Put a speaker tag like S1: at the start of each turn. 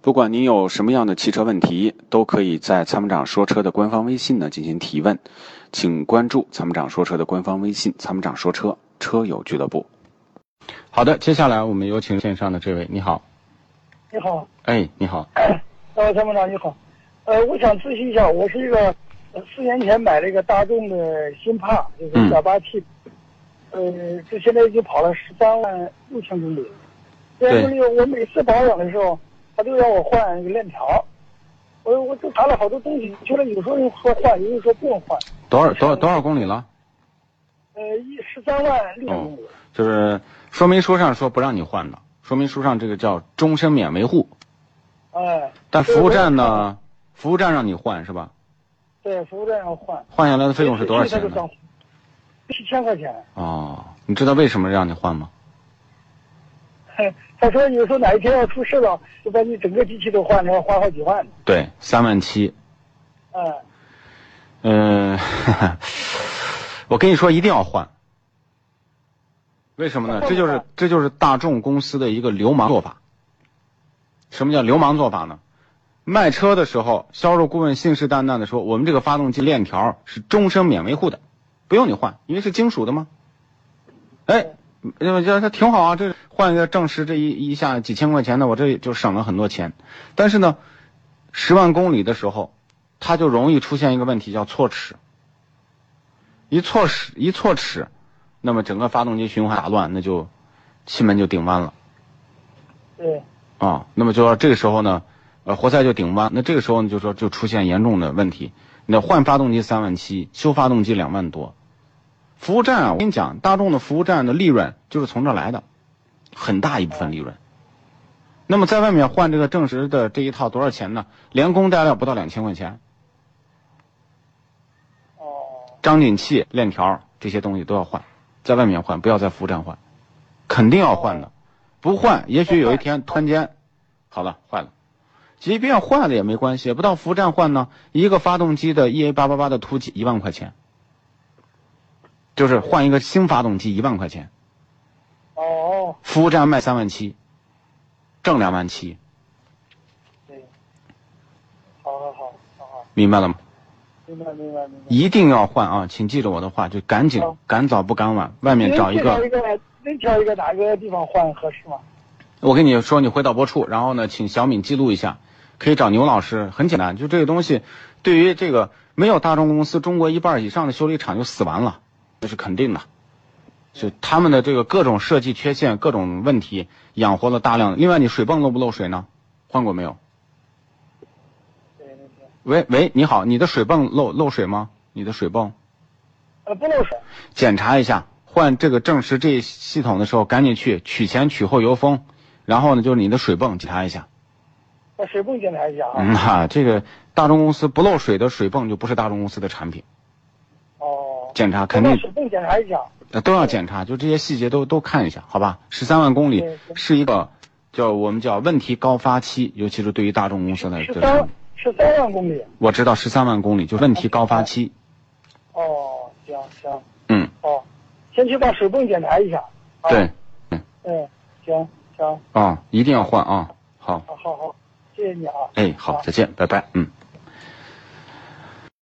S1: 不管您有什么样的汽车问题，都可以在参谋长说车的官方微信呢进行提问，请关注参谋长说车的官方微信“参谋长说车车友俱乐部”。好的，接下来我们有请线上的这位，你好，
S2: 你好，
S1: 哎，你好，
S2: 呃，参谋长你好，呃，我想咨询一下，我是一个呃四年前买了一个大众的新帕，就是
S1: 嗯
S2: 1 8 T，、呃，这现在已经跑了十三万六千公里，这
S1: 对
S2: 公里我每次保养的时候，他都让我换一个链条，我我都查了好多东西，觉得有时候说换，有时候说不用换，
S1: 多少多少多少公里了？
S2: 呃，一十三万六千公里，
S1: 就是说明书上说不让你换的，说明书上这个叫终身免维护，哦
S2: 哎，
S1: 但服务站呢，服务站让你换是吧？
S2: 对，服务站要换，
S1: 换下来的费用是多少钱
S2: 这次他就
S1: 呢？
S2: 涨七千块钱。
S1: 哦，你知道为什么让你换吗？
S2: 哎他说有时候哪一天要出事了，就把你整个机器都换成花好几万呢。
S1: 对，三万七。
S2: 嗯，
S1: 嗯， 我跟你说，一定要换。为什么呢？这就是这就是大众公司的一个流氓做法。什么叫流氓做法呢？卖车的时候，销售顾问信誓旦旦的说，我们这个发动机链条是终身免维护的，不用你换，因为是金属的嘛。哎，我觉得它挺好啊，这换一个正时这一一下几千块钱的，我这就省了很多钱。但是呢，十万公里的时候，它就容易出现一个问题，叫错齿。一错齿，一错齿，那么整个发动机循环打乱，那就气门就顶弯了
S2: 对，
S1: 啊。那么就说这个时候呢，呃，活塞就顶弯，那这个时候呢，就说就出现严重的问题。那换发动机三万七，修发动机两万多。服务站啊，我跟你讲，大众的服务站的利润就是从这儿来的，很大一部分利润。那么在外面换这个正时的这一套多少钱呢？连工带料不到两千块钱。
S2: 哦，
S1: 张紧器、链条这些东西都要换，在外面换，不要在服务站换，肯定要换的。不换，也许有一天突然间，好了，坏了。即便坏了也没关系，不到服务站换呢，一个发动机的 EA 八八八的突击一万块钱，就是换一个新发动机一万块钱，
S2: 哦，
S1: 服务站卖三万七，挣两万七，
S2: 对，好好好，好好，
S1: 明白了吗？
S2: 明白明白明白。
S1: 一定要换啊！请记着我的话，就赶紧
S2: 好，
S1: 赶早不赶晚，外面找一
S2: 您挑
S1: 个
S2: 一个，您挑一个哪个地方换合适吗？
S1: 我跟你说，你回导播处，然后呢，请小敏记录一下，可以找牛老师，很简单，就这个东西，对于这个没有大众公司，中国一半以上的修理厂就死完了，这是肯定的。就他们的这个各种设计缺陷、各种问题，养活了大量的。另外，你水泵漏不漏水呢？换过没有？
S2: 对对对，
S1: 喂喂，你好，你的水泵漏漏水吗？你的水泵
S2: 呃，不漏水。
S1: 检查一下，换这个正时这一系统的时候，赶紧去取前取后油封，然后呢，就是你的水泵检查一下。
S2: 把水泵检查一下啊。
S1: 嗯哈、这个大众公司不漏水的水泵就不是大众公司的产品，
S2: 哦，
S1: 检查肯
S2: 把
S1: 定
S2: 水泵检查一下。
S1: 呃都要检查，就这些细节都都看一下，好吧？十三万公里
S2: 对对
S1: 是一个叫我们叫问题高发期，尤其是对于大众公司来
S2: 十
S1: 说
S2: 三，十三万公里。
S1: 我知道十三万公里就问题高发期，
S2: 哦，行行，
S1: 嗯，
S2: 哦，先去把水泵检查一下。啊
S1: 对。，
S2: 嗯，行行，
S1: 啊、一定要换啊，好，
S2: 好好好，谢谢你啊。
S1: 哎，好，再见，拜拜，嗯。